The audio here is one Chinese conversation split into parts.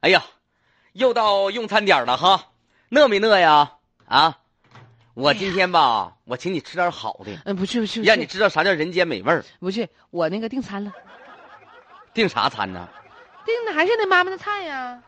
哎呀，又到用餐点儿了哈，饿没饿呀？啊，我今天吧，我请你吃点好的，嗯，不去不去，不让你去知道啥叫人间美味儿。不去，我那个订餐了，订啥餐呢？订的还是那妈妈的菜呀。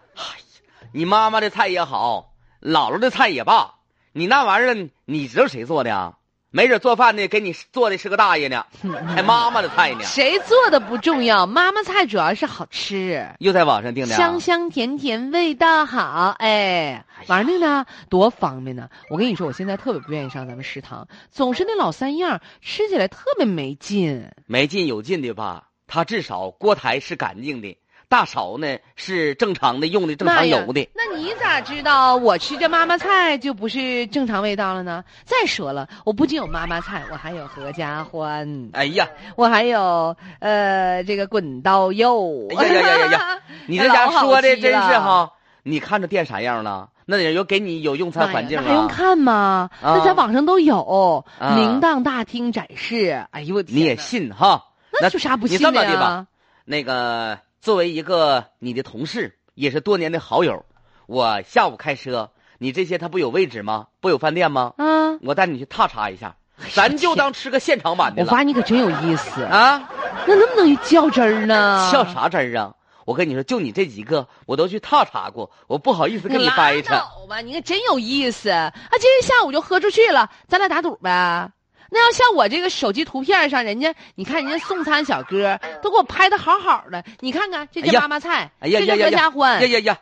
你妈妈的菜也好，姥姥的菜也罢，你那玩意儿你知道谁做的啊？没准做饭的给你做的是个大爷 呢，还妈妈的菜呢。谁做的不重要，妈妈菜主要是好吃，又在网上订的、啊，香香甜甜，味道好。哎，玩那呢多方便呢。我跟你说，我现在特别不愿意上咱们食堂，总是那老三样，吃起来特别没劲。没劲有劲的吧？它至少锅台是干净的，大勺呢是正常的用的正常妈呀油的。那你咋知道我吃这妈妈菜就不是正常味道了呢？再说了，我不仅有妈妈菜，我还有合家欢，哎呀，我还有呃这个滚刀肉。哎呀呀呀 呀你这家老好说的吃真是了哈！你看着店啥样了？那也有给你有用餐哎妈呀环境那还用啊。看吗？啊那在网上都有啊明档大厅展示。哎呦我天你哪，也信哈？那有啥不信你这么的的吧呀？，那个作为一个你的同事，也是多年的好友，我下午开车，你这些他不有位置吗？不有饭店吗？啊，我带你去踏查一下，咱就当吃个现场版的哎了我发现你可真有意思，啊！那能不能较真儿呢？笑啥真儿啊？我跟你说，就你这几个，我都去踏查过，我不好意思跟你拉掰扯。倒吧，你可真有意思啊！今天下午就喝出去了，咱俩打赌呗。那要像我这个手机图片上，人家你看人家送餐小哥都给我拍的好好的，你看看这哎叫呀妈妈菜，哎呀这呀呀叫合呀家欢呀，呀呀，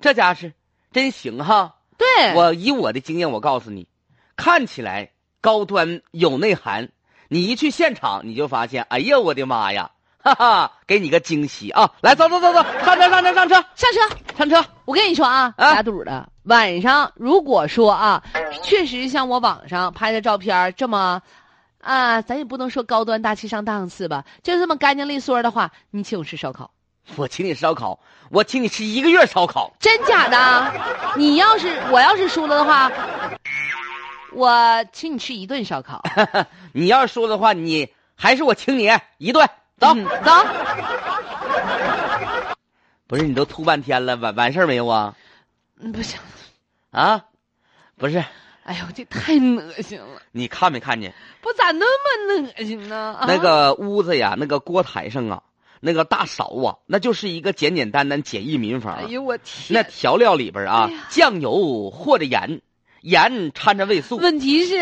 这家是真行哈！对，我以我的经验，我告诉你，看起来高端有内涵，你一去现场你就发现，哎呀，我的妈呀， 哈哈，给你个惊喜啊！来，走走走走，上车上车上车上车。上车，我跟你说啊，啊打赌的。晚上如果说啊，确实像我网上拍的照片儿这么，啊，咱也不能说高端大气上档次吧，就这么干净利索的话，你请我吃烧烤，我请你吃烧烤，我请你吃一个月烧烤，真假的？你要是我要是输了的话，我请你吃一顿烧烤。你要是说的话，你还是我请你一顿，走。嗯走，不是你都吐半天了，完完事儿没有啊？嗯不行，啊，不是，哎呦，这太恶心了，你看没看见、我咋那么恶心呢？啊那个屋子呀，那个锅台上啊，那个大勺啊，那就是一个简简单单简易民房。啊哎呦我天！那调料里边啊，哎呀酱油或者盐，盐掺着味素。问题是，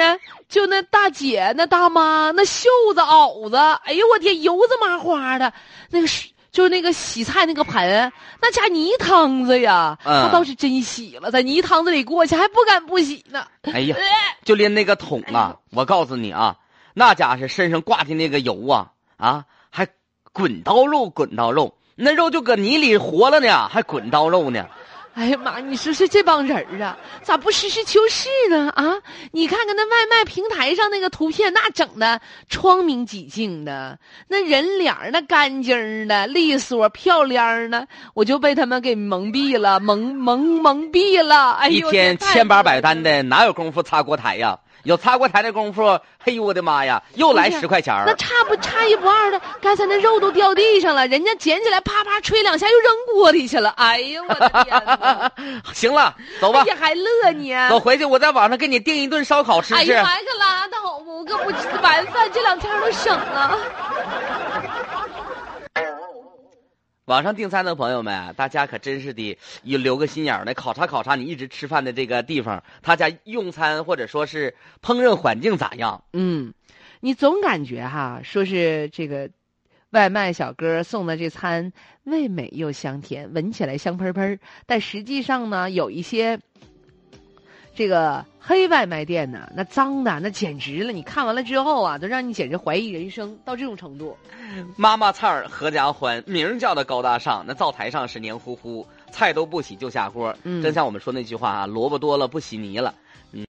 就那大姐、那大妈、那袖子、袄子，哎呦我天，油子麻花的，那个是就是那个洗菜那个盆，那家泥汤子呀，嗯他倒是真洗了，在泥汤子里过去，还不敢不洗呢。哎呃呀，就拎那个桶哎啊，我告诉你啊，那家是身上挂的那个油啊啊，还滚刀肉，滚刀肉，那肉就搁泥里活了呢，还滚刀肉呢。哎呀妈！你说说这帮人儿啊，咋不实事求是呢？啊，你看看那外卖平台上那个图片，那整的窗明几净的，那人脸儿那干净儿的、利索漂亮儿的，我就被他们给蒙蔽了，蒙蒙蒙蔽了。哎一呦，天这太千八百单的，哪有功夫擦锅台呀？有擦锅台的功夫，嘿呦我的妈呀，又来不是十块钱那儿。差不差一不二的，刚才那肉都掉地上了，人家捡起来啪啪吹两下又扔锅里去了。哎呀，我的天 哪！行了，走吧哎，呀，还乐呢。走回去，我在网上给你订一顿烧烤吃哎吃呀。妈呀，可拉倒吧！我可不吃晚饭，这两天都省了。网上订餐的朋友们，大家可真是的，有留个心眼儿来考察考察你一直吃饭的这个地方，他家用餐或者说是烹饪环境咋样？嗯，你总感觉哈，说是这个外卖小哥送的这餐味美又香甜，闻起来香喷喷儿，但实际上呢，有一些这个黑外卖店呢，那脏的那简直了，你看完了之后啊，都让你简直怀疑人生到这种程度。妈妈菜儿合家欢，名儿叫的高大上，那灶台上是黏糊糊，菜都不洗就下锅。嗯真像我们说那句话啊，萝卜多了不洗泥了。